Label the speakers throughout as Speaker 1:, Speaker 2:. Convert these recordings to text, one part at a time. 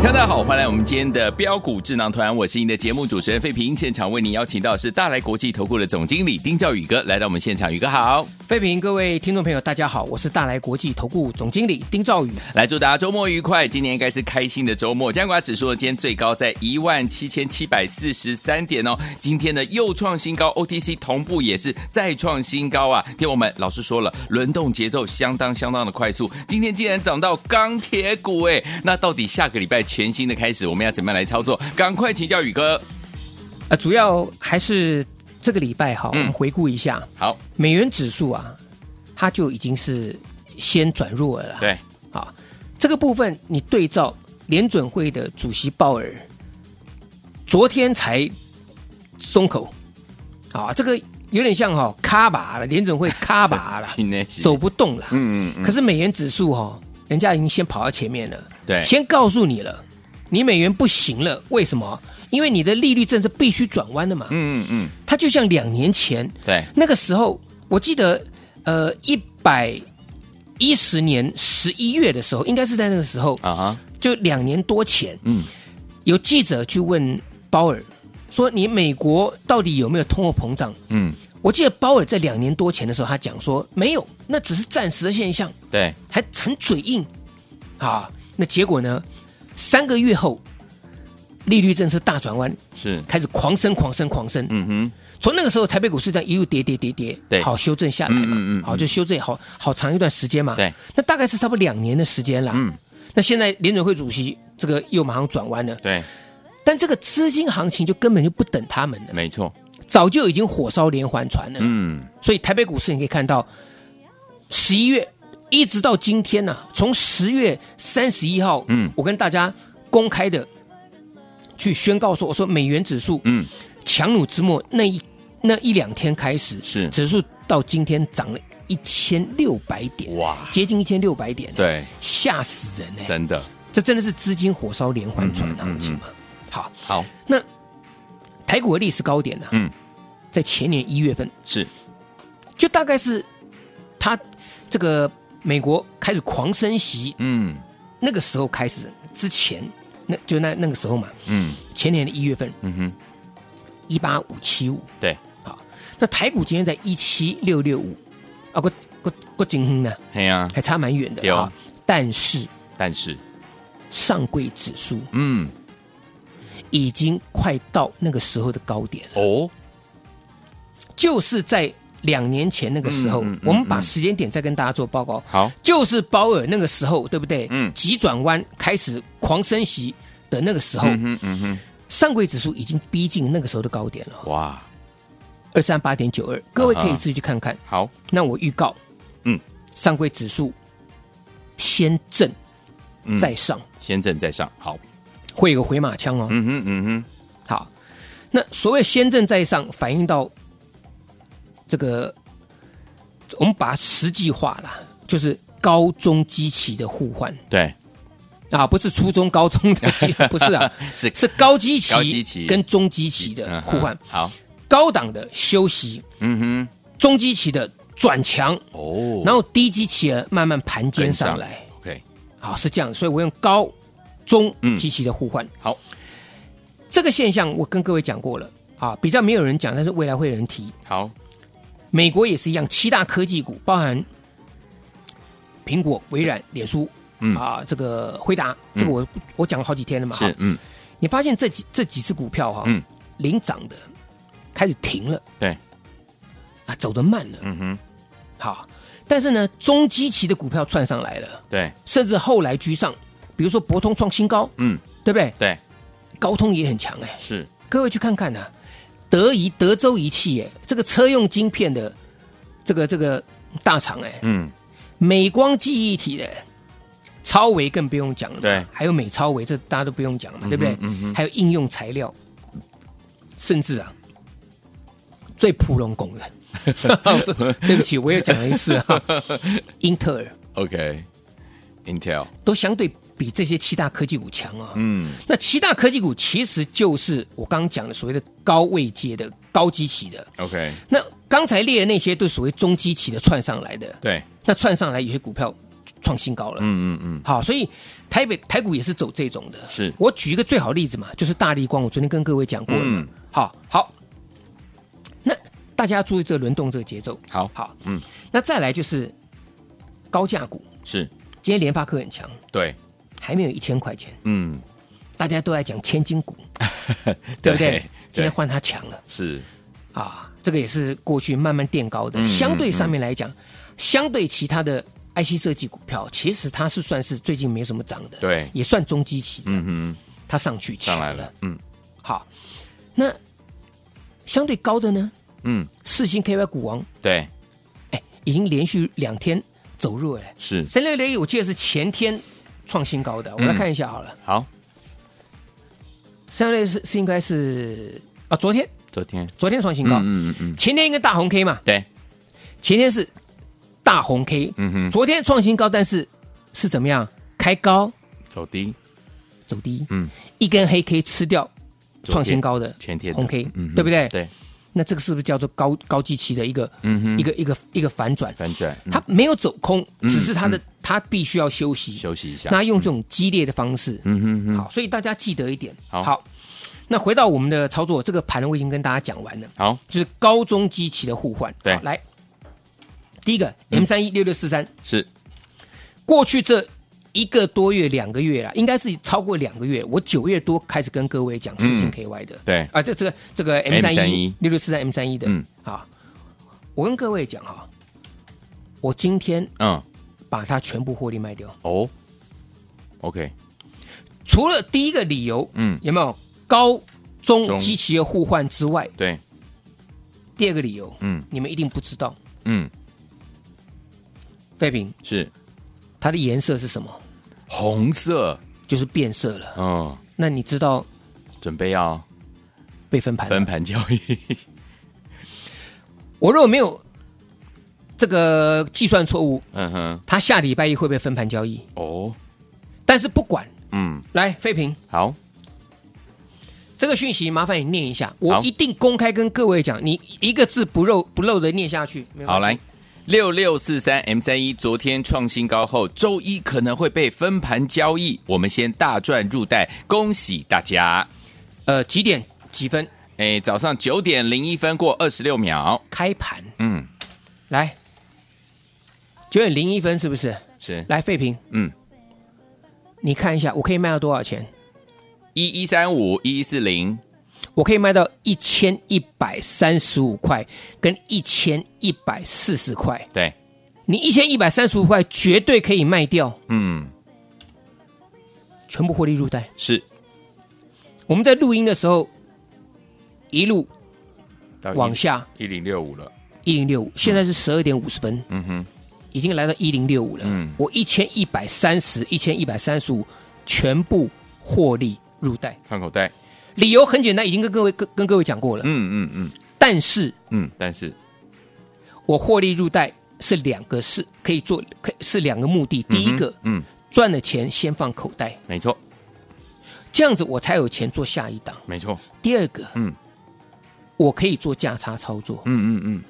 Speaker 1: 听众大家好，欢迎来我们今天的标股智囊团，我是您的节目主持人费平。现场为您邀请到的是大来国际投顾的总经理丁兆宇哥来到我们现场，宇哥好，
Speaker 2: 飞平，各位听众朋友，大家好，我是大来国际投顾总经理丁兆宇。
Speaker 1: 来祝大家周末愉快。今天应该是开心的周末，加权指数呢今天最高在一万七千七百四十三点哦，今天呢又创新高，OTC 同步也是再创新高啊。听我们老师说了，轮动节奏相当相当的快速，今天竟然涨到钢铁股哎，那到底下个礼拜全新的开始，我们要怎么样来操作？赶快请教宇哥。
Speaker 2: 呃，主要还是这个礼拜哈，
Speaker 1: 嗯
Speaker 2: 我们回顾一下、
Speaker 1: 好，
Speaker 2: 美元指数啊，它就已经是先转弱了啦。
Speaker 1: 对，
Speaker 2: 啊，这个部分你对照联准会的主席鲍尔，昨天才松口，啊，这个有点像哈、卡把了，联准会卡把了，
Speaker 1: 今天是
Speaker 2: 走，不动了。
Speaker 1: 嗯嗯嗯，
Speaker 2: 可是美元指数哦，人家已经先跑到前面了，
Speaker 1: 对
Speaker 2: 先告诉你了，你美元不行了，为什么？因为你的利率政策必须转弯的嘛。
Speaker 1: 嗯嗯嗯，
Speaker 2: 它就像两年前
Speaker 1: 对，
Speaker 2: 那个时候，我记得呃一百一十年十一月的时候，应该是在那个时候，
Speaker 1: 啊哈，
Speaker 2: 就两年多前，
Speaker 1: 嗯，
Speaker 2: 有记者去问鲍尔说：“你美国到底有没有通货膨胀
Speaker 1: 嗯，？”
Speaker 2: 我记得鲍尔在两年多前的时候，他讲说没有，那只是暂时的现象。
Speaker 1: 嗯对，
Speaker 2: 还很嘴硬啊。那结果呢？三个月后，利率正式大转弯，
Speaker 1: 是，
Speaker 2: 开始狂升、狂升、狂升。
Speaker 1: 嗯哼，
Speaker 2: 从那个时候，台北股市这样一路跌跌跌跌，
Speaker 1: 对
Speaker 2: 好修正下来嘛，
Speaker 1: 嗯嗯嗯嗯
Speaker 2: 好就修正好好长一段时间嘛。
Speaker 1: 对，
Speaker 2: 那大概是差不多两年的时间啦。
Speaker 1: 嗯，
Speaker 2: 那现在联准会主席这个又马上转弯了，
Speaker 1: 对，
Speaker 2: 但这个资金行情就根本就不等他们了，
Speaker 1: 没错，
Speaker 2: 早就已经火烧连环船了。
Speaker 1: 嗯，
Speaker 2: 所以台北股市你可以看到，十一月一直到今天呢、从十月三十一号，
Speaker 1: 嗯
Speaker 2: 嗯，我跟大家公开的去宣告说，我说美元指数，
Speaker 1: 嗯
Speaker 2: 嗯，强弩之末那一那一两天开始，
Speaker 1: 是
Speaker 2: 指数到今天涨了一千六百点，
Speaker 1: 哇，
Speaker 2: 接近一千六百点，，
Speaker 1: 对，
Speaker 2: 吓死人呢、欸
Speaker 1: 真的
Speaker 2: 这真的是资金火烧连环船
Speaker 1: 嗯嗯嗯
Speaker 2: 行情嘛。好，
Speaker 1: 好，
Speaker 2: 那台股的历史高点呢、
Speaker 1: 嗯，
Speaker 2: 在前年一月份。
Speaker 1: 是，
Speaker 2: 就大概是他这个美国开始狂升息
Speaker 1: 嗯
Speaker 2: 那个时候开始之前，那就那那个时候嘛，
Speaker 1: 嗯
Speaker 2: 前年的一月份
Speaker 1: 嗯哼，
Speaker 2: 一八五七五，
Speaker 1: 对，
Speaker 2: 好，那台股今天在一七六六五，啊，个个个景亨呢，
Speaker 1: 嘿呀，
Speaker 2: 还差蛮远
Speaker 1: 对
Speaker 2: 的
Speaker 1: 哦
Speaker 2: 啊，但是
Speaker 1: 但是，
Speaker 2: 上柜指数
Speaker 1: 嗯，
Speaker 2: 已经快到那个时候的高点了，
Speaker 1: 哦，
Speaker 2: 就是在。两年前那个时候，
Speaker 1: 嗯嗯嗯
Speaker 2: 我们把
Speaker 1: 嗯
Speaker 2: 时间点再跟大家做报告。
Speaker 1: 好，
Speaker 2: 就是鲍尔那个时候，对不对？
Speaker 1: 嗯
Speaker 2: 急转弯开始狂升息的那个时候，
Speaker 1: 嗯哼嗯哼，
Speaker 2: 上柜指数已经逼近那个时候的高点了，
Speaker 1: 哇，
Speaker 2: 二三八点九二。各位
Speaker 1: 啊哈
Speaker 2: 可以自己去看看。
Speaker 1: 好，
Speaker 2: 那我预告，
Speaker 1: 嗯，
Speaker 2: 上柜指数先震
Speaker 1: 嗯
Speaker 2: 再上，
Speaker 1: 先正再上，好，
Speaker 2: 会有个回马枪哦。
Speaker 1: 嗯哼嗯
Speaker 2: 好，那所谓先震再上，反映到这个，我们把它实际化啦，就是高中基期的互换。
Speaker 1: 哼，对，
Speaker 2: 啊，不是初中、高中的基，不是 啊，
Speaker 1: 是
Speaker 2: 是高基
Speaker 1: 高基
Speaker 2: 期
Speaker 1: 期
Speaker 2: 跟中基期的互换
Speaker 1: 嗯，哼好，
Speaker 2: 高档的休息，
Speaker 1: 嗯
Speaker 2: 中基期的转强，
Speaker 1: 哼，哦，
Speaker 2: 然后低基期的慢慢盘坚上来，
Speaker 1: ，OK，
Speaker 2: 好是这样，所以我用高中
Speaker 1: 嗯
Speaker 2: 基期的互换，
Speaker 1: 好，
Speaker 2: 这个现象我跟各位讲过了啊，比较没有人讲，但是未来会有人提。
Speaker 1: 好，
Speaker 2: 美国也是一样，七大科技股包含苹果、微软、脸书，
Speaker 1: 嗯
Speaker 2: 啊，这个辉达，这个我我讲了好几天了嘛，哈
Speaker 1: 是，嗯，
Speaker 2: 你发现这几这几只股票哈、
Speaker 1: 嗯
Speaker 2: 领涨的开始停了
Speaker 1: 对，
Speaker 2: 啊，走得慢了，
Speaker 1: 嗯哼，
Speaker 2: 好，但是呢，中基期的股票窜上来了，
Speaker 1: 对，
Speaker 2: 甚至后来居上，比如说博通创新高，
Speaker 1: 嗯，
Speaker 2: 对不对？
Speaker 1: 对，
Speaker 2: 高通也很强哎、
Speaker 1: 是，
Speaker 2: 各位去看看呐、啊德仪德州仪器耶，这个车用晶片的这个这个大厂哎，
Speaker 1: 嗯，
Speaker 2: 美光记忆体的超维更不用讲了嘛，
Speaker 1: 对
Speaker 2: 还有美超维这大家都不用讲了嘛，对不对？
Speaker 1: 嗯哼
Speaker 2: 还有应用材料，甚至啊，最普龙拱 的。 对不起，我又讲了一次啊，英特尔
Speaker 1: OK，Intel，
Speaker 2: 都相对比这些七大科技股强啊。
Speaker 1: 嗯，
Speaker 2: 那七大科技股其实就是我刚讲的所谓的高位阶的高基期的。
Speaker 1: OK，
Speaker 2: 那刚才列的那些都是所谓中基期的串上来的，
Speaker 1: 对，
Speaker 2: 那串上来有些股票创新高了。
Speaker 1: 嗯嗯嗯，
Speaker 2: 好，所以台北台股也是走这种的。
Speaker 1: 是
Speaker 2: 我举一个最好例子嘛，就是大力光，我昨天跟各位讲过了嘛。
Speaker 1: 嗯
Speaker 2: 好好，那大家要注意这个轮动这个节奏。
Speaker 1: 好
Speaker 2: 好，
Speaker 1: 嗯，
Speaker 2: 那再来就是高价股，
Speaker 1: 是
Speaker 2: 今天联发科很强，
Speaker 1: 对，
Speaker 2: 还没有一千块钱，
Speaker 1: 嗯，
Speaker 2: 大家都在讲千金股，对不对？今天换它强了
Speaker 1: 是，
Speaker 2: 啊，这个也是过去慢慢垫高的。
Speaker 1: 嗯
Speaker 2: 相对
Speaker 1: 嗯
Speaker 2: 上面来讲，相对其他的 IC 设计股票，其实它是算是最近没什么涨的，
Speaker 1: 对
Speaker 2: 也算中基期的。
Speaker 1: 嗯哼，
Speaker 2: 它上去
Speaker 1: 上
Speaker 2: 强
Speaker 1: 来
Speaker 2: 了
Speaker 1: 了。，嗯
Speaker 2: 好，那相对高的呢，
Speaker 1: 嗯，
Speaker 2: 四星 KY 股王，
Speaker 1: 对，
Speaker 2: 哎，已经连续两天走弱了。
Speaker 1: 是
Speaker 2: 三六零一，我记得是前天创新高
Speaker 1: 嗯
Speaker 2: 的，我来看一下好了。
Speaker 1: 好，
Speaker 2: 三六零是是应该是啊，昨天
Speaker 1: 昨天，
Speaker 2: 昨天创新
Speaker 1: 嗯
Speaker 2: 高，
Speaker 1: 嗯嗯嗯，
Speaker 2: 前天应该大红 K 嘛，
Speaker 1: 对，
Speaker 2: 前天是大红 K，、
Speaker 1: 嗯哼，
Speaker 2: 昨天创新高，但是是怎么样？开高
Speaker 1: 走低，
Speaker 2: 走低，
Speaker 1: 嗯，
Speaker 2: 一根黑 K 吃掉
Speaker 1: 昨天
Speaker 2: 创新高的
Speaker 1: 前天的
Speaker 2: 红 K，
Speaker 1: 嗯哼
Speaker 2: 对不对？
Speaker 1: 对，
Speaker 2: 那这个是不是叫做高高基期的一个、
Speaker 1: 嗯哼
Speaker 2: 一个一个一个反转？
Speaker 1: 反转，嗯
Speaker 2: 它没有走空，只是它的、它必须要休息，
Speaker 1: 休息一下，
Speaker 2: 那用这种激烈的方式，
Speaker 1: 嗯哼哼，
Speaker 2: 好，所以大家记得一点。
Speaker 1: 好
Speaker 2: 那回到我们的操作，这个盘我已经跟大家讲完了，
Speaker 1: 好，
Speaker 2: 就是高中基期的互换。
Speaker 1: 对嗯
Speaker 2: 好来，第一个 M 三一六六四三，
Speaker 1: 是，
Speaker 2: 过去这一个多月、两个月啦，应该是超过两个月。我九月多开始跟各位讲四星
Speaker 1: 嗯
Speaker 2: KY 的，
Speaker 1: 对
Speaker 2: 啊，这这个这个 M 三一
Speaker 1: M31
Speaker 2: 六六四三 M 三一的，
Speaker 1: 嗯
Speaker 2: 嗯，好，我跟各位讲哈，我今天
Speaker 1: 嗯，
Speaker 2: 把它全部获利卖掉，
Speaker 1: 哦，OK，
Speaker 2: 除了第一个理由，
Speaker 1: 嗯
Speaker 2: 嗯，有没有高
Speaker 1: 中
Speaker 2: 中机器的互换之外，
Speaker 1: 对，
Speaker 2: 第二个理由，
Speaker 1: 嗯
Speaker 2: 你们一定不知道，
Speaker 1: 嗯，
Speaker 2: 废品
Speaker 1: 是
Speaker 2: 它的颜色是什么？
Speaker 1: 红色，
Speaker 2: 就是变色了。
Speaker 1: 嗯，
Speaker 2: 那你知道
Speaker 1: 准备要
Speaker 2: 被分盘了
Speaker 1: 分盘交易，
Speaker 2: 我如果没有这个计算错误，
Speaker 1: 嗯哼，
Speaker 2: 它下礼拜一会不会分盘交易？
Speaker 1: 哦，
Speaker 2: 但是不管，
Speaker 1: 嗯，
Speaker 2: 来废平
Speaker 1: 好，
Speaker 2: 这个讯息，麻烦你念一下，
Speaker 1: 好
Speaker 2: 我一定公开跟各位讲，你一个字不漏不漏的念下去。没有
Speaker 1: 好
Speaker 2: 关
Speaker 1: 来
Speaker 2: 系，。
Speaker 1: 六六四三 M 三一昨天创新高后，周一可能会被分盘交易，我们先大赚入袋，恭喜大家！
Speaker 2: 呃，几点几分
Speaker 1: 哎，早上九点零一分过二十六秒，
Speaker 2: 开盘？
Speaker 1: 嗯，
Speaker 2: 来，九点零一分是不是？
Speaker 1: 是
Speaker 2: 来废平，
Speaker 1: 嗯，
Speaker 2: 你看一下，我可以卖到多少钱？
Speaker 1: 一一三五一一四零，
Speaker 2: 我可以卖到一千一百三十五块，跟一千一百四十块。
Speaker 1: 对，
Speaker 2: 你一千一百三十五块绝对可以卖掉，
Speaker 1: 嗯，
Speaker 2: 全部获利入袋。
Speaker 1: 是
Speaker 2: 我们在录音的时候，一路往下
Speaker 1: 一零六五了，
Speaker 2: 一零六五，现在是十二点五十分，
Speaker 1: 嗯哼，
Speaker 2: 已经来到一零六五了。
Speaker 1: 嗯
Speaker 2: 我一千一百三十、一千一百三十五，全部获利入袋。
Speaker 1: 放口袋，
Speaker 2: 理由很简单，已经跟各位跟跟各位讲过了。
Speaker 1: 嗯嗯嗯
Speaker 2: 但是
Speaker 1: 嗯，但是
Speaker 2: 我获利入袋是两个事，可以做，可是两个目的。第一个，
Speaker 1: 嗯，嗯
Speaker 2: 赚了钱先放口袋，
Speaker 1: 没错
Speaker 2: 这样子我才有钱做下一档。
Speaker 1: 没错，
Speaker 2: 第二个，
Speaker 1: 嗯
Speaker 2: 我可以做价差操作，
Speaker 1: 嗯嗯嗯，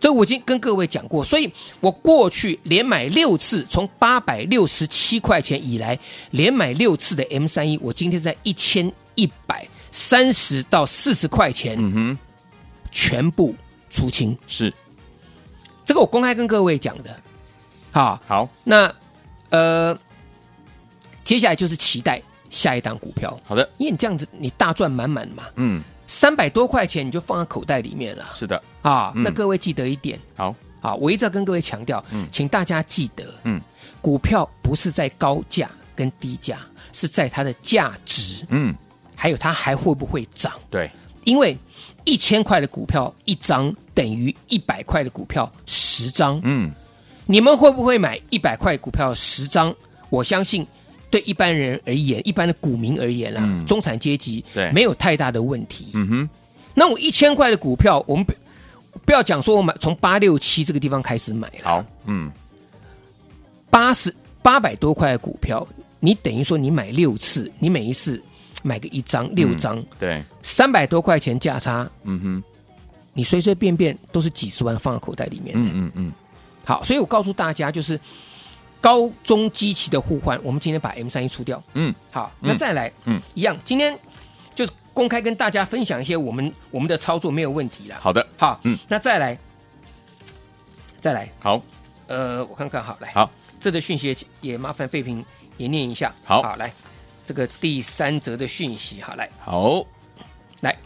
Speaker 2: 这我已经跟各位讲过，所以我过去连买六次，从八百六十七块钱以来，连买六次的 M 三一，我今天在一千一百三十到四十块钱，
Speaker 1: 嗯哼，
Speaker 2: 全部出清。
Speaker 1: 是
Speaker 2: 这个我公开跟各位讲的，好，
Speaker 1: 好
Speaker 2: 那呃，接下来就是期待下一档股票，
Speaker 1: 好的，
Speaker 2: 因为你这样子你大赚满满嘛，
Speaker 1: 嗯，
Speaker 2: 三百多块钱你就放在口袋里面了
Speaker 1: 是的，
Speaker 2: 啊。
Speaker 1: 嗯
Speaker 2: 那各位记得一点
Speaker 1: 好，
Speaker 2: 啊，我一直要跟各位强调，请大家记得，
Speaker 1: 嗯
Speaker 2: 嗯，股票不是在高价跟低价，是在它的价值。
Speaker 1: 嗯，
Speaker 2: 还有它还会不会涨？
Speaker 1: 对，
Speaker 2: 因为一千块的股票一张等于一百块的股票十张，
Speaker 1: 嗯，
Speaker 2: 你们会不会买一百块股票十张？我相信对一般人而言，一般的股民而言啦、啊
Speaker 1: 嗯
Speaker 2: 中产阶级
Speaker 1: 对
Speaker 2: 没有太大的问题。
Speaker 1: 嗯哼，
Speaker 2: 那我一千块的股票，我们不不要讲说我买从八六七这个地方开始买了，
Speaker 1: 好，嗯，
Speaker 2: 八十八百多块的股票，你等于说你买六次，你每一次买个一张六张，
Speaker 1: 对，
Speaker 2: 三百、多块钱价差，
Speaker 1: 嗯哼，
Speaker 2: 你随随便便都是几十万放在口袋里面。
Speaker 1: 嗯嗯嗯，
Speaker 2: 好，所以我告诉大家，就是高中基期的互换，我们今天把 M 三一出掉。
Speaker 1: 嗯，
Speaker 2: 好，
Speaker 1: 嗯
Speaker 2: 那再来，
Speaker 1: 嗯
Speaker 2: 嗯，一样，今天就是公开跟大家分享一些我们我们的操作没有问题啦。
Speaker 1: 好的，
Speaker 2: 好，
Speaker 1: 嗯
Speaker 2: 嗯，那再来，再来，
Speaker 1: 好，
Speaker 2: 呃，我看看，好，来，
Speaker 1: 好，
Speaker 2: 这则讯息也也麻烦费平也念一下。
Speaker 1: 好
Speaker 2: 来，这个第三则的讯息，好，来，
Speaker 1: 好，
Speaker 2: 来，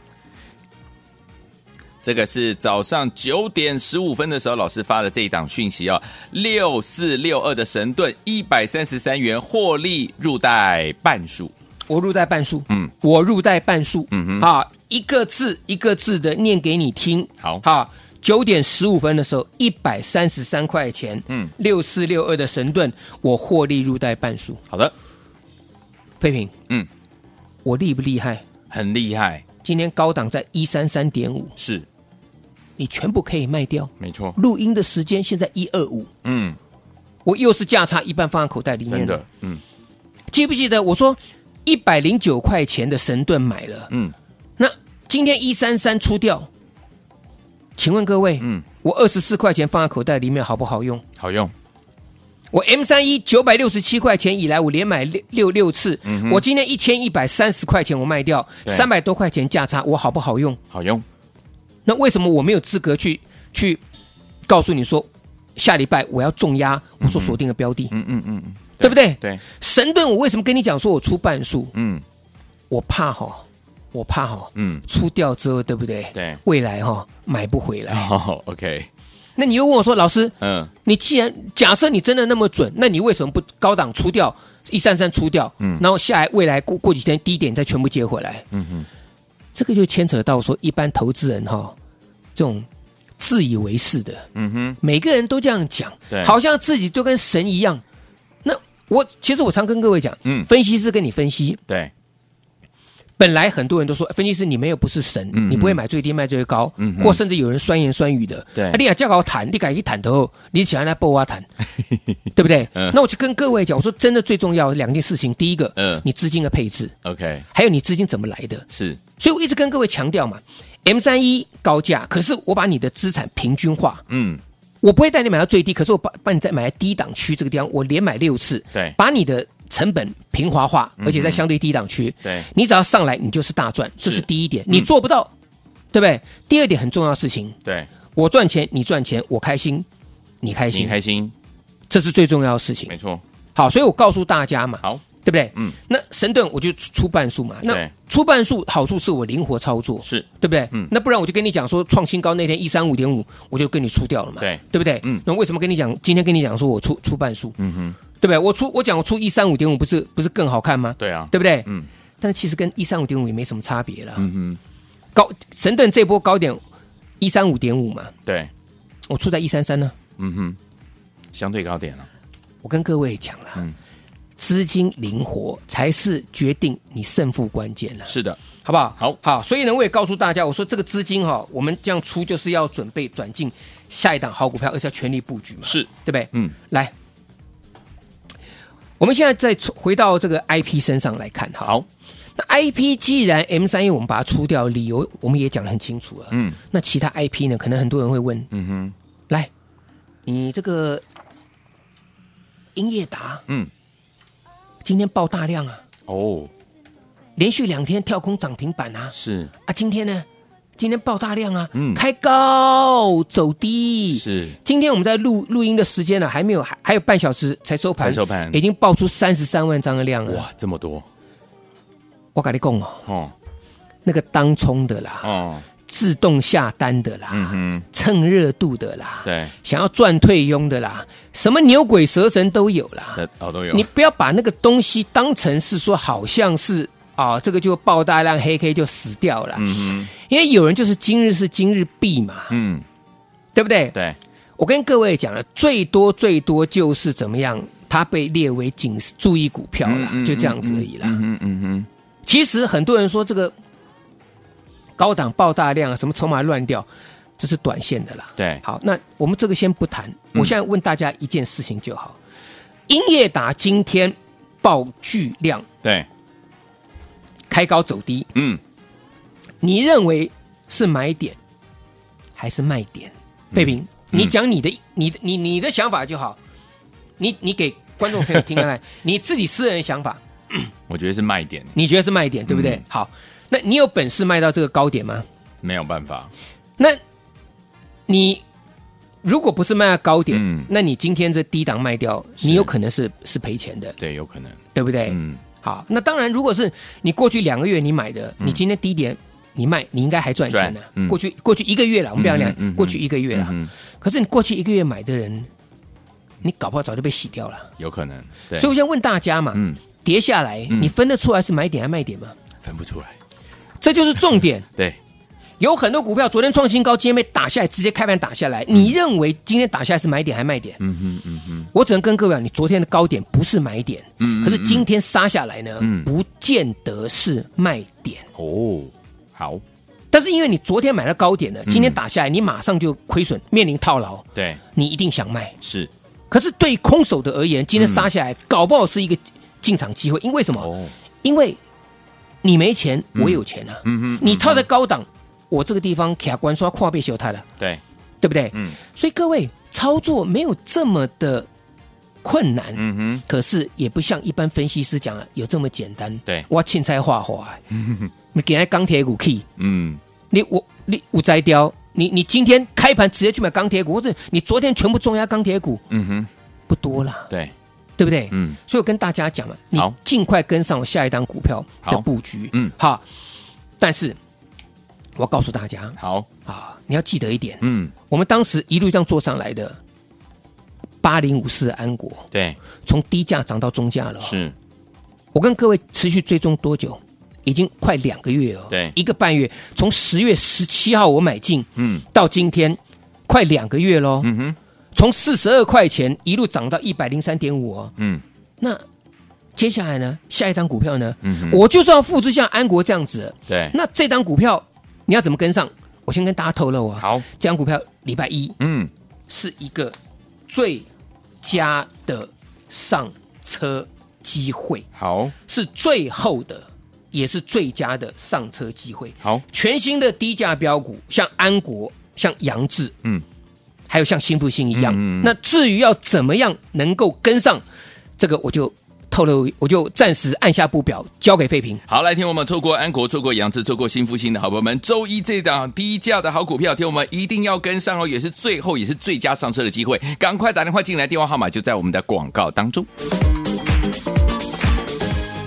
Speaker 1: 这个是早上九点十五分的时候，老师发的这一档讯息哦，六四六二的神盾一百三十三元获利入袋半数，
Speaker 2: 我入袋半数，
Speaker 1: 嗯，
Speaker 2: 我入袋半数，
Speaker 1: 嗯哼
Speaker 2: 好，一个字一个字的念给你听，
Speaker 1: 好
Speaker 2: 好，九点十五分的时候，一百三十三块钱，
Speaker 1: 嗯，
Speaker 2: 六四六二的神盾，我获利入袋半数，
Speaker 1: 好的，
Speaker 2: 废品，
Speaker 1: 嗯，
Speaker 2: 我厉不厉害？
Speaker 1: 很厉害，
Speaker 2: 今天高档在一三三点五，
Speaker 1: 是
Speaker 2: 你全部可以卖掉。
Speaker 1: 没错，
Speaker 2: 录音的时间现在一二五，
Speaker 1: 嗯，
Speaker 2: 我又是价差一半放在口袋里
Speaker 1: 真
Speaker 2: 面了
Speaker 1: 的，嗯
Speaker 2: 记不记得我说一百零九块钱的神盾买了？
Speaker 1: 嗯，
Speaker 2: 那今天一三三出掉，请问各位，
Speaker 1: 嗯
Speaker 2: 嗯，我二十四块钱放在口袋里面好不好用？
Speaker 1: 好用，
Speaker 2: 我 M 三一九百六十七块钱以来，我连买六六六次，
Speaker 1: 嗯哼
Speaker 2: 我今天一千一百三十块钱我卖掉，
Speaker 1: 对
Speaker 2: 三百多块钱价差，我好不好用？
Speaker 1: 好用，
Speaker 2: 那为什么我没有资格去去告诉你说下礼拜我要重压我所锁定的标的？
Speaker 1: 嗯嗯嗯嗯，
Speaker 2: 对不对
Speaker 1: 对，
Speaker 2: 神盾，我为什么跟你讲说我出半数？
Speaker 1: 嗯
Speaker 2: 我怕哈，我怕哈，
Speaker 1: 嗯，
Speaker 2: 出掉之后对不对？
Speaker 1: 对
Speaker 2: 未来哈买不回来。
Speaker 1: 好，OK，
Speaker 2: 那你又问我说，老师，
Speaker 1: 嗯，
Speaker 2: 你既然假设你真的那么准，那你为什么不高档出掉一三三出掉？
Speaker 1: 嗯
Speaker 2: 然后下来未来过过几天低点再全部接回来。
Speaker 1: 嗯哼，
Speaker 2: 这个就牵扯到说一般投资人哈、这种自以为是的，
Speaker 1: 嗯哼，
Speaker 2: 每个人都这样讲
Speaker 1: 对，
Speaker 2: 好像自己就跟神一样。那我其实我常跟各位讲，
Speaker 1: 嗯
Speaker 2: 分析师跟你分析，
Speaker 1: 对，
Speaker 2: 本来很多人都说，分析师你们又不是神，
Speaker 1: 嗯
Speaker 2: 你不会买最低卖最高，
Speaker 1: 嗯嗯
Speaker 2: 或甚至有人酸言酸语的。
Speaker 1: 对
Speaker 2: 啊、你敢叫我谈，你敢一谈的后，你喜欢来爆 我谈，对不对？
Speaker 1: 嗯
Speaker 2: 那我就跟各位讲，我说真的最重要的两件事情，第一个，
Speaker 1: 嗯
Speaker 2: 你资金的配置，
Speaker 1: ，OK，
Speaker 2: 还有你资金怎么来的。
Speaker 1: 是，
Speaker 2: 所以我一直跟各位强调嘛，M 三一高价，可是我把你的资产平均化，
Speaker 1: 嗯，
Speaker 2: 我不会带你买到最低，可是我把把你再买在低档区这个地方，我连买六次，
Speaker 1: 对
Speaker 2: 把你的成本平滑化，而且在相对低档区，
Speaker 1: 嗯对
Speaker 2: 你只要上来，你就是大赚，这
Speaker 1: 是嗯
Speaker 2: 是第一点，你做不到，对不对？第二点很重要的事情，
Speaker 1: 对，
Speaker 2: 我赚钱，你赚钱，我开心，你开
Speaker 1: 你
Speaker 2: 心，
Speaker 1: 开心，
Speaker 2: 这是最重要的事情
Speaker 1: 没。错，
Speaker 2: 好，所以我告诉大家嘛，
Speaker 1: 好，
Speaker 2: 对不对？
Speaker 1: 嗯，
Speaker 2: 那神盾我就出半数嘛，那
Speaker 1: 对
Speaker 2: 出半数好处是我灵活操作，
Speaker 1: 是，
Speaker 2: 对不对？
Speaker 1: 嗯
Speaker 2: 那不然我就跟你讲说，创新高那天一三五点五，我就跟你出掉了嘛，
Speaker 1: 对
Speaker 2: 对不对？
Speaker 1: 嗯
Speaker 2: 那为什么跟你讲今天跟你讲说我出出半数，
Speaker 1: 嗯哼，
Speaker 2: 对不对？我出我讲我出一三五点五，不是不是更好看吗？
Speaker 1: 对啊，
Speaker 2: 对不对？
Speaker 1: 嗯
Speaker 2: 但是其实跟一三五点五也没什么差别了。
Speaker 1: 嗯
Speaker 2: 高神盾这波高点一三五点五嘛，
Speaker 1: 哼，对，
Speaker 2: 我出在一三三呢。
Speaker 1: 嗯哼，相对高点了，啊
Speaker 2: 我跟各位讲了，
Speaker 1: 嗯
Speaker 2: 资金灵活才是决定你胜负关键了，
Speaker 1: 是的，
Speaker 2: 好不好？
Speaker 1: 好
Speaker 2: 好，所以呢，我也告诉大家，我说这个资金哈、我们这样出就是要准备转进下一档好股票，而且要全力布局嘛，
Speaker 1: 是，
Speaker 2: 对不对？
Speaker 1: 嗯，
Speaker 2: 来，我们现在再回到这个 IP 身上来看哈。
Speaker 1: 好，
Speaker 2: 那 IP 既然 M 三一我们把它出掉，理由我们也讲得很清楚了。
Speaker 1: 嗯
Speaker 2: 那其他 IP 呢？可能很多人会问，
Speaker 1: 嗯哼，
Speaker 2: 来，你这个英业达
Speaker 1: 嗯，
Speaker 2: 今天爆大量啊，
Speaker 1: 哦，
Speaker 2: 连续两天跳空涨停板啊
Speaker 1: 是
Speaker 2: 啊！今天呢，今天爆大量啊，
Speaker 1: 嗯
Speaker 2: 开高走低。
Speaker 1: 是，
Speaker 2: 今天我们在录录音的时间呢、还没有还还有半小时才收盘，
Speaker 1: 才收盘
Speaker 2: 已经爆出三十三万张的量了。
Speaker 1: 哇，这么多，
Speaker 2: 我跟你讲哦，
Speaker 1: 哦
Speaker 2: 那个当冲的啦，
Speaker 1: 哦，
Speaker 2: 自动下单的啦，
Speaker 1: 嗯哼，
Speaker 2: 蹭热度的啦，
Speaker 1: 对，
Speaker 2: 想要赚退佣的啦，什么牛鬼蛇神都有啦。
Speaker 1: 的哦都有，
Speaker 2: 你不要把那个东西当成是说好像是啊、啊、这个就爆大量黑 K 就死掉了。
Speaker 1: 嗯哼，
Speaker 2: 因为有人就是今日是今日毕嘛，
Speaker 1: 嗯，
Speaker 2: 对不对？
Speaker 1: 对，
Speaker 2: 我跟各位讲了，最多最多就是怎么样，它被列为警示注意股票啦，
Speaker 1: 嗯嗯
Speaker 2: 就这样子而已啦。
Speaker 1: 嗯嗯嗯嗯
Speaker 2: 其实很多人说这个高档爆大量，啊什么筹码乱掉，这是短线的啦。
Speaker 1: 对
Speaker 2: 好，那我们这个先不谈，
Speaker 1: 嗯
Speaker 2: 我现在问大家一件事情就好：英业达今天爆巨量，
Speaker 1: 嗯，对，
Speaker 2: 开高走低，
Speaker 1: 嗯，
Speaker 2: 你认为是买点还是卖点？
Speaker 1: 嗯
Speaker 2: 贝平，你讲你的、你的、你、你的想法就好。你、你给观众朋友听 看看，你自己私人的想法，
Speaker 1: 我觉得是卖点，
Speaker 2: 你觉得是卖点，对不对？
Speaker 1: 嗯
Speaker 2: 好，那你有本事卖到这个高点吗？
Speaker 1: 没有办法，
Speaker 2: 那你如果不是卖到高点，
Speaker 1: 嗯
Speaker 2: 那你今天这低档卖掉，
Speaker 1: 是
Speaker 2: 你有可能是是赔钱的，
Speaker 1: 对，有可能，
Speaker 2: 对不对？
Speaker 1: 嗯，
Speaker 2: 好，那当然，如果是你过去两个月你买的，你今天低点你卖，你应该还赚钱呢、
Speaker 1: 嗯赚嗯
Speaker 2: 过去过去一个月了，我们不要讲、
Speaker 1: 嗯嗯嗯
Speaker 2: 过去一个月了、
Speaker 1: 嗯
Speaker 2: 可是你过去一个月买的人，你搞不好早就被洗掉了。
Speaker 1: 有可能，对，
Speaker 2: 所以我想问大家嘛，
Speaker 1: 嗯，
Speaker 2: 跌下来、
Speaker 1: 嗯
Speaker 2: 你分得出来是买点还是卖点吗？
Speaker 1: 分不出来，
Speaker 2: 这就是重点。
Speaker 1: 对，
Speaker 2: 有很多股票昨天创新高，今天被打下来，直接开盘打下来。你认为今天打下来是买点还是卖点？
Speaker 1: 嗯哼嗯哼，
Speaker 2: 我只能跟各位讲，你昨天的高点不是买点，
Speaker 1: 嗯嗯
Speaker 2: 可是今天杀下来呢、
Speaker 1: 嗯
Speaker 2: 不见得是卖点。
Speaker 1: 哦，好，
Speaker 2: 但是因为你昨天买了高点
Speaker 1: 嗯
Speaker 2: 了，今天打下来，你马上就亏损，面临套牢，
Speaker 1: 对，
Speaker 2: 你一定想卖。
Speaker 1: 是，
Speaker 2: 可是对空手的而言，今天杀下来，搞不好是一个进场机会。因为什么？
Speaker 1: 哦，
Speaker 2: 因为你没钱，我有钱啊。
Speaker 1: 嗯哼，
Speaker 2: 你套在高档，我这个地方卡关刷跨被修它了，
Speaker 1: 对，
Speaker 2: 对不对？
Speaker 1: 嗯
Speaker 2: 所以各位操作没有这么的困难。
Speaker 1: 嗯哼，
Speaker 2: 可是也不像一般分析师讲的有这么简单，
Speaker 1: 对
Speaker 2: 我欠菜画画，你给人家钢铁股 key，
Speaker 1: 嗯，
Speaker 2: 你我你五摘雕，你你今天开盘直接去买钢铁股，或者你昨天全部重压钢铁股，
Speaker 1: 嗯哼，
Speaker 2: 不多啦，
Speaker 1: 对，
Speaker 2: 对不对？
Speaker 1: 嗯，
Speaker 2: 所以我跟大家讲嘛，啊你
Speaker 1: 好
Speaker 2: 尽快跟上我下一档股票的
Speaker 1: 好
Speaker 2: 布局，
Speaker 1: 嗯
Speaker 2: 好。但是我要告诉大家
Speaker 1: 好，
Speaker 2: 啊，你要记得一点，
Speaker 1: 嗯，
Speaker 2: 我们当时一路这样做上来的，八零五四的安国
Speaker 1: 对，
Speaker 2: 从低价涨到中价了哦，
Speaker 1: 是，
Speaker 2: 我跟各位持续追踪多久？已经快两个月了，
Speaker 1: 对
Speaker 2: 一个半月，从十月十七号我买进，
Speaker 1: 嗯
Speaker 2: 到今天快两个月喽，
Speaker 1: 嗯哼，
Speaker 2: 从四十二块钱一路涨到一百零三点五哦。
Speaker 1: 嗯
Speaker 2: 那接下来呢？下一档股票呢？
Speaker 1: 嗯哼，
Speaker 2: 我就是要复制像安国这样子。
Speaker 1: 对，
Speaker 2: 那这档股票你要怎么跟上？我先跟大家透露啊，，
Speaker 1: 好，
Speaker 2: 这档股票礼拜一
Speaker 1: 嗯，
Speaker 2: 是一个最佳的上车机会，
Speaker 1: 好，
Speaker 2: 是最后的，也是最佳的上车机会。
Speaker 1: 好，
Speaker 2: 全新的低价标股，像安国、像杨志，
Speaker 1: 嗯，
Speaker 2: 还有像新复兴一
Speaker 1: 嗯
Speaker 2: 样。
Speaker 1: 嗯嗯
Speaker 2: 那至于要怎么样能够跟上，这个我就透露，我就暂时按下不表，交给费平。
Speaker 1: 好，来听我们错过安国、错过杨志、错过新复兴的好朋友们，周一这档低价的好股票，听我们一定要跟上哦，也是最后也是最佳上车的机会，赶快打电话进来，电话号码就在我们的广告当中。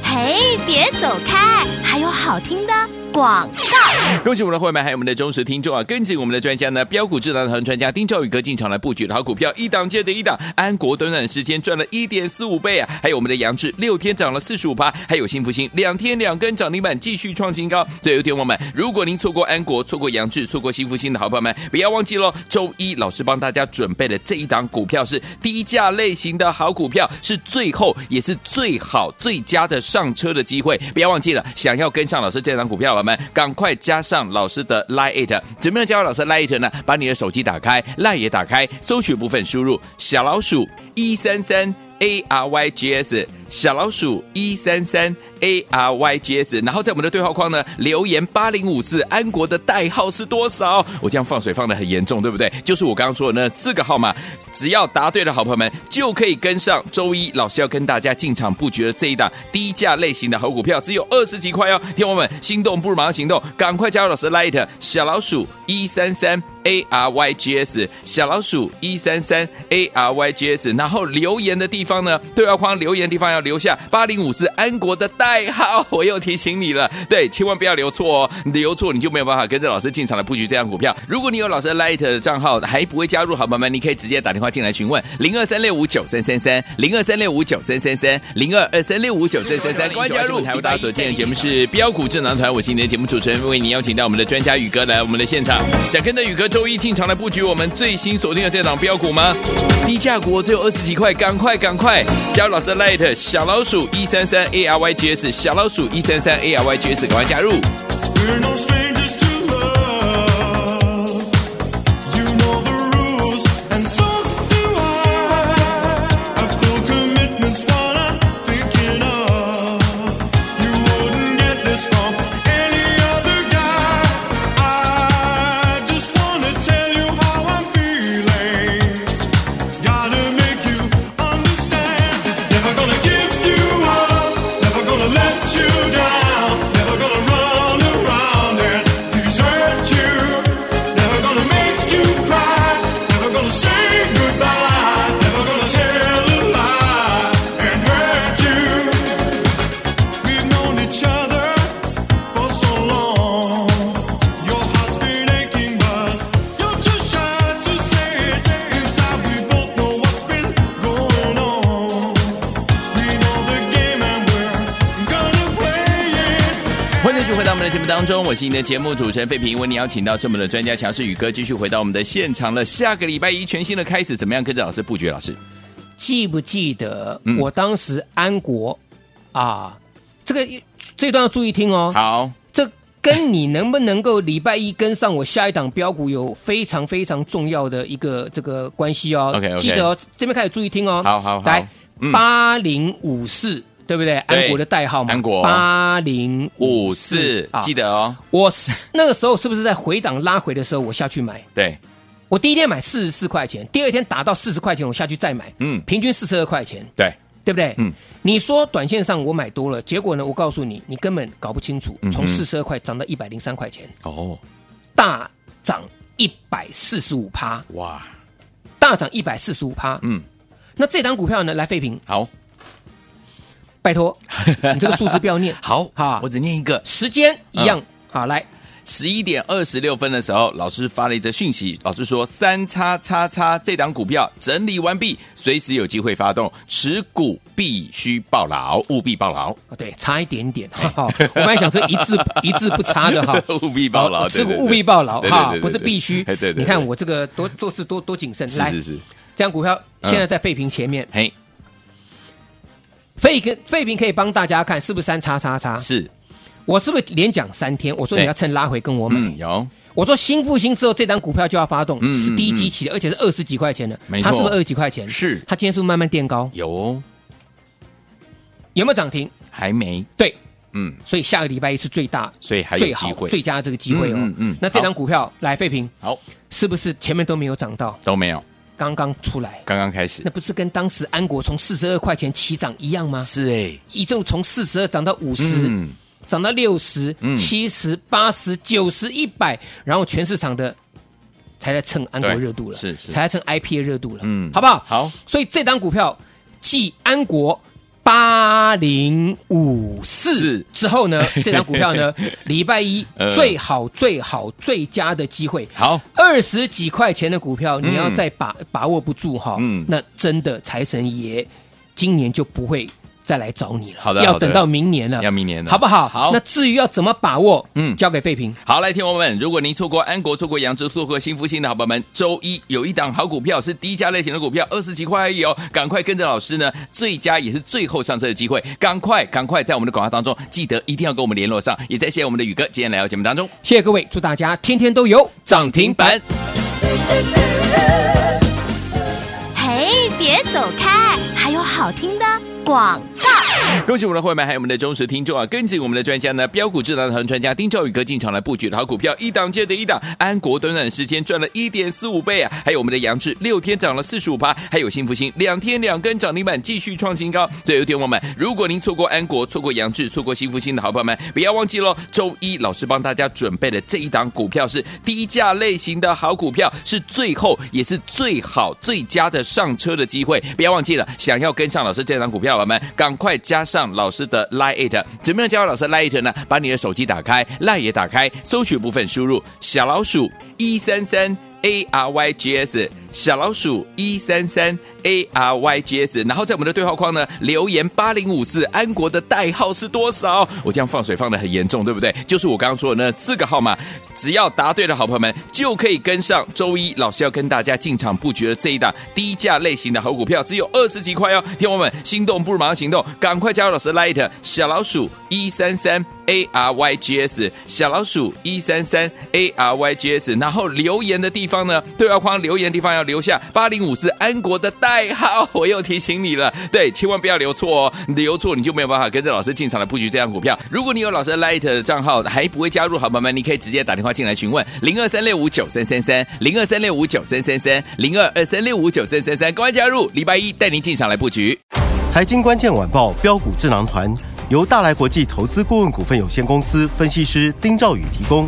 Speaker 3: 嘿，别走开，还有好听的广。
Speaker 1: 恭喜我们的会员，还有我们的忠实听众啊！跟紧我们的专家呢，标股智囊团专家丁兆宇哥进场来布局的好股票，一档接着一档。安国短短时间赚了一点四五倍啊！还有我们的杨志六天涨了四十五趴，还有幸福星两天两根涨停板，继续创新高。所以，有天我们，如果您错过安国、错过杨志、错过幸福星的好朋友们，不要忘记喽，周一老师帮大家准备的这一档股票是低价类型的好股票，是最后也是最好最佳的上车的机会。不要忘记了，想要跟上老师这档股票，我们赶快加上老师的 Line It。怎么样加入老师的 Line It 呢？把你的手机打开，Line 也打开，搜寻部分输入小老鼠一三三。A R Y G S 小老鼠一三三 A R Y G S，然后在我们的对话框呢留言八零五四，安国的代号是多少？我这样放水放的很严重，对不对？就是我刚刚说的那四个号码，只要答对的好朋友们就可以跟上周一老师要跟大家进场布局的这一档低价类型的好股票，只有二十几块哦！天王们心动不如马上行动，赶快加入老师的 Light 小老鼠一三三 A R Y G S 小老鼠一三三 A R Y G S，然后留言的地方呢，对话框留言的地方要要留下八零五四安国的代号。我又提醒你了，对，千万不要留错哦，留错你就没有办法跟着老师进场来布局这样股票。如果你有老师的 Light 的账号还不会加入，好朋友们，你可以直接打电话进来询问零二三六五九三三三零二三六五九三三三零二二三六五九三三三。关加入台湾大家所见的节目是标股智囊团，我是你的节目主持人，为你邀请到我们的专家宇哥来我们的现场，想跟着宇哥周一进场来布局我们最新锁定的这档标股吗？低价股只有二十几块，赶快赶快加入老师的 Light 小老鼠一三三 A R Y G S 小老鼠一三三 A R Y G S，赶快加入。
Speaker 4: We're no strangers to love. You know the rules, and so do I. I've no commitments while I'm thinking of. You wouldn't get this from any other guy. I just wanna tell you how I'm feeling. Gotta make you understand. Never gonna give you up. Never gonna let you down. Never gonna run around and desert you. Never gonna make you cry. Never gonna say goodbye. Never gonna tell a lie and hurt you. We've known each other for so long. Your heart's been aching, but you're too shy to say it. Inside, we both know what's been going on. We know the game, and we're gonna play it.
Speaker 1: 欢迎继续回到我们的节目当中，我是你的节目主持人费平。为你邀请到是我们的专家强势宇哥，继续回到我们的现场了。下个礼拜一全新的开始，怎么样跟着老师布局？老师，
Speaker 2: 记不记得
Speaker 1: 嗯
Speaker 2: 我当时安国啊？这个这段要注意听哦。
Speaker 1: 好，
Speaker 2: 这跟你能不能够礼拜一跟上我下一档标股有非常非常重要的一个这个关系哦。
Speaker 1: OK，OK
Speaker 2: 记得哦，这边开始注意听哦。
Speaker 1: 好好好
Speaker 2: 来
Speaker 1: 嗯
Speaker 2: 八零五四。对不对？
Speaker 1: 对
Speaker 2: 安国的代号嘛，
Speaker 1: 安国
Speaker 2: 八零
Speaker 1: 五四记
Speaker 2: 得
Speaker 1: 得哦，
Speaker 2: 我是那个时候是不是在回档拉回的时候，我下去买？
Speaker 1: 对，
Speaker 2: 我第一天买四十四块钱，第二天打到四十块钱，我下去再买，
Speaker 1: 嗯
Speaker 2: 平均四十二块钱，
Speaker 1: 对，
Speaker 2: 对不对？
Speaker 1: 嗯，
Speaker 2: 你说短线上我买多了，结果呢？我告诉你，你根本搞不清楚
Speaker 1: 嗯，哼
Speaker 2: 从四十二块涨到一百零三块钱，
Speaker 1: 哦，
Speaker 2: 大涨一百四十五趴，
Speaker 1: 哇，
Speaker 2: 大涨一百四十五趴。
Speaker 1: 嗯，
Speaker 2: 那这档股票呢？来废品，
Speaker 1: 好，，
Speaker 2: 拜托，你这个数字不要念
Speaker 1: 好，嗯
Speaker 2: 好
Speaker 1: 我只念一个。
Speaker 2: 时间一样。好，来，
Speaker 1: 十一点二十六分的时候，老师发了一则讯息，老师说三叉叉叉这档股票整理完毕，随时有机会发动，持股必须报牢，务必报牢，，
Speaker 2: 哦对，差一点点，哈哈，我本来想这一字一字不差的哈
Speaker 1: 务必报牢
Speaker 2: 哦持股
Speaker 1: 对对对
Speaker 2: 务必报牢
Speaker 1: 对对
Speaker 2: 哈
Speaker 1: 对对，
Speaker 2: 不是
Speaker 1: 对
Speaker 2: 必须
Speaker 1: 哎对对。对
Speaker 2: 你看我这个多做事多多谨慎，
Speaker 1: 是
Speaker 2: 来，
Speaker 1: 是嗯是，
Speaker 2: 这样股票现在在废品前面，
Speaker 1: 嘿，
Speaker 2: 废跟废品可以帮大家看是不是三叉叉叉，
Speaker 1: 是，
Speaker 2: 我是不是连讲三天？我说
Speaker 1: 对
Speaker 2: 你要趁拉回跟我买
Speaker 1: 哎嗯，，有，
Speaker 2: 我说新复兴之后这单股票就要发动，
Speaker 1: 嗯
Speaker 2: 是低
Speaker 1: 嗯
Speaker 2: 基
Speaker 1: 嗯
Speaker 2: 期的，而且是二十几块钱的
Speaker 1: 没，
Speaker 2: 它是不
Speaker 1: 错
Speaker 2: 是二十几块钱？
Speaker 1: 是
Speaker 2: 它今天是不是慢慢垫高？
Speaker 1: 有哦，
Speaker 2: 有没有涨停？
Speaker 1: 还没，
Speaker 2: 对，
Speaker 1: 嗯，
Speaker 2: 所以下个礼拜一是最大。
Speaker 1: 所以还有
Speaker 2: 最
Speaker 1: 机
Speaker 2: 好
Speaker 1: 会，
Speaker 2: 最佳的这个机会哦，
Speaker 1: 嗯嗯嗯
Speaker 2: 那这
Speaker 1: 好
Speaker 2: 张股票来废品，
Speaker 1: 好，
Speaker 2: 是不是前面都没有涨到，
Speaker 1: 都没有，
Speaker 2: 刚刚出来？
Speaker 1: 刚刚开始
Speaker 2: 那，不是跟当时安国从四十二块钱起涨一样吗？
Speaker 1: 是哎，
Speaker 2: 一度从四十二涨到五十、
Speaker 1: 嗯，
Speaker 2: 涨到六十、
Speaker 1: 嗯
Speaker 2: 七十、八十、九十、一百，然后全市场的才来蹭安国
Speaker 1: 对
Speaker 2: 热度了，
Speaker 1: 是是
Speaker 2: 才来蹭 IP 的热度了，
Speaker 1: 嗯
Speaker 2: 嗯，好不好？
Speaker 1: 好，
Speaker 2: 所以这档股票继安国八零五四
Speaker 1: 是
Speaker 2: 之后呢， 这档股票呢，礼拜一
Speaker 1: 呃
Speaker 2: 最好最好最佳的机会，
Speaker 1: 好，
Speaker 2: 二十几块钱的股票，你要再把把握不住哈，
Speaker 1: 嗯
Speaker 2: 那真的财神爷今年就不会再来找你了，
Speaker 1: 好的好
Speaker 2: 要
Speaker 1: 的
Speaker 2: 等到明年了，
Speaker 1: 要明年了
Speaker 2: 好不好？
Speaker 1: 好
Speaker 2: 那至于要怎么把握，
Speaker 1: 嗯
Speaker 2: 嗯，交给费平。
Speaker 1: 好，来，听众朋友们，如果您错过安国、错过扬州、错过新复兴的好朋友们，周一有一档好股票是低价类型的股票，二十几块而已哦，赶快跟着老师呢，最佳也是最后上车的机会，赶快赶快在我们的广告当中，记得一定要跟我们联络上，也再谢谢我们的宇哥今天来到节目当中
Speaker 2: 谢谢各位，祝大家天天都有
Speaker 1: 涨停板。
Speaker 3: 嘿，别走开，还有好听的广告。
Speaker 1: 恭喜我们的会员，还有我们的忠实听众啊！跟紧我们的专家呢，标股智囊团专家丁兆宇哥进场来布局的好股票，一档接着一档。安国短短时间赚了一点四五倍啊！还有我们的杨志六天涨了四十五趴，还有幸福星两天两根涨停板，继续创新高。所以，有点我们，如果您错过安国、错过杨志、错过幸福星的好朋友们，不要忘记喽！周一老师帮大家准备的这一档股票是低价类型的好股票，是最后也是最好最佳的上车的机会。不要忘记了，想要跟上老师这档股票，我们赶快加上老师的 Line It。怎么样加入老师的 Line It 呢？把你的手机打开，Line 也打开，搜取部分输入小老鼠一三三。A R Y G S 小老鼠一三三 A R Y G S，然后在我们的对话框呢留言八零五四，安国的代号是多少？我这样放水放的很严重，对不对？就是我刚刚说的那四个号码，只要答对的好朋友们就可以跟上周一老师要跟大家进场布局的这一档低价类型的好股票，只有二十几块哦！听友们，心动不如马上行动，赶快加入老师 Light 小老鼠一三三 A R Y G S 小老鼠一三三 A R Y G S，然后留言的地方呢，对话框留言的地方要留下八零五四安国的代号，我又提醒你了，对，千万不要留错哦，留错你就没有办法跟着老师进场来布局这样股票。如果你有老师的 Light 的账号还不会加入，好朋友们，你可以直接打电话进来询问零二三六五九三三三零二三六五九三三三零二二三六五九三三三，赶快加入，礼拜一带您进场来布局。
Speaker 5: 财经关键晚报标股智囊团由大来国际投资顾问股份有限公司分析师丁兆宇提供。